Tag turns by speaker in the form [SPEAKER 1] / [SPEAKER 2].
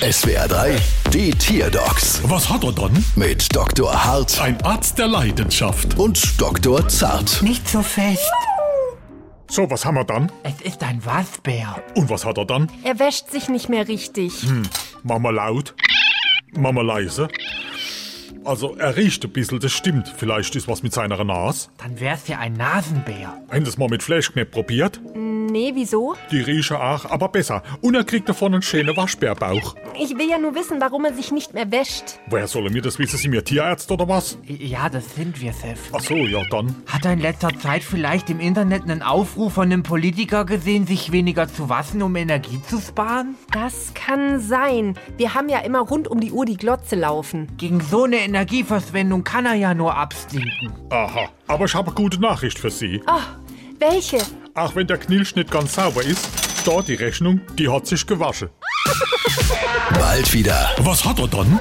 [SPEAKER 1] SWR 3, die Tierdocs
[SPEAKER 2] Was hat er dann?
[SPEAKER 1] mit Dr. Hart
[SPEAKER 2] Ein Arzt der Leidenschaft.
[SPEAKER 1] und Dr. Zart.
[SPEAKER 3] Nicht so fest.
[SPEAKER 2] So, was haben wir dann?
[SPEAKER 3] Es ist ein Wasbär.
[SPEAKER 2] Und was hat er dann?
[SPEAKER 4] Er wäscht sich nicht mehr richtig.
[SPEAKER 2] Mama laut, Mama leise. Also, er riecht ein bisschen, das stimmt. Vielleicht ist was mit seiner Nase.
[SPEAKER 3] Dann wär's ja ein Nasenbär.
[SPEAKER 2] Haben das mal mit Fleischknepp probiert?
[SPEAKER 4] Nee, wieso?
[SPEAKER 2] Die riechen auch, aber besser. Und er kriegt davon einen schönen Waschbärbauch.
[SPEAKER 4] Ich will ja nur wissen, warum er sich nicht mehr wäscht.
[SPEAKER 2] Wer soll mir das wissen? Sind wir Tierärzte oder was?
[SPEAKER 3] I- Ja, das sind wir, Seth.
[SPEAKER 2] Ach so, ja dann.
[SPEAKER 3] Hat er in letzter Zeit vielleicht im Internet einen Aufruf von einem Politiker gesehen, sich weniger zu waschen, um Energie zu sparen?
[SPEAKER 4] Das kann sein. Wir haben ja immer rund um die Uhr die Glotze laufen.
[SPEAKER 3] Gegen so eine Energieverschwendung kann er ja nur abstinken.
[SPEAKER 2] Aha. Aber ich habe eine gute Nachricht für Sie.
[SPEAKER 4] Ah, welche?
[SPEAKER 2] Auch wenn der Knilch nicht ganz sauber ist, da die Rechnung, die hat sich gewaschen.
[SPEAKER 1] Bald wieder.
[SPEAKER 2] Was hat er dann?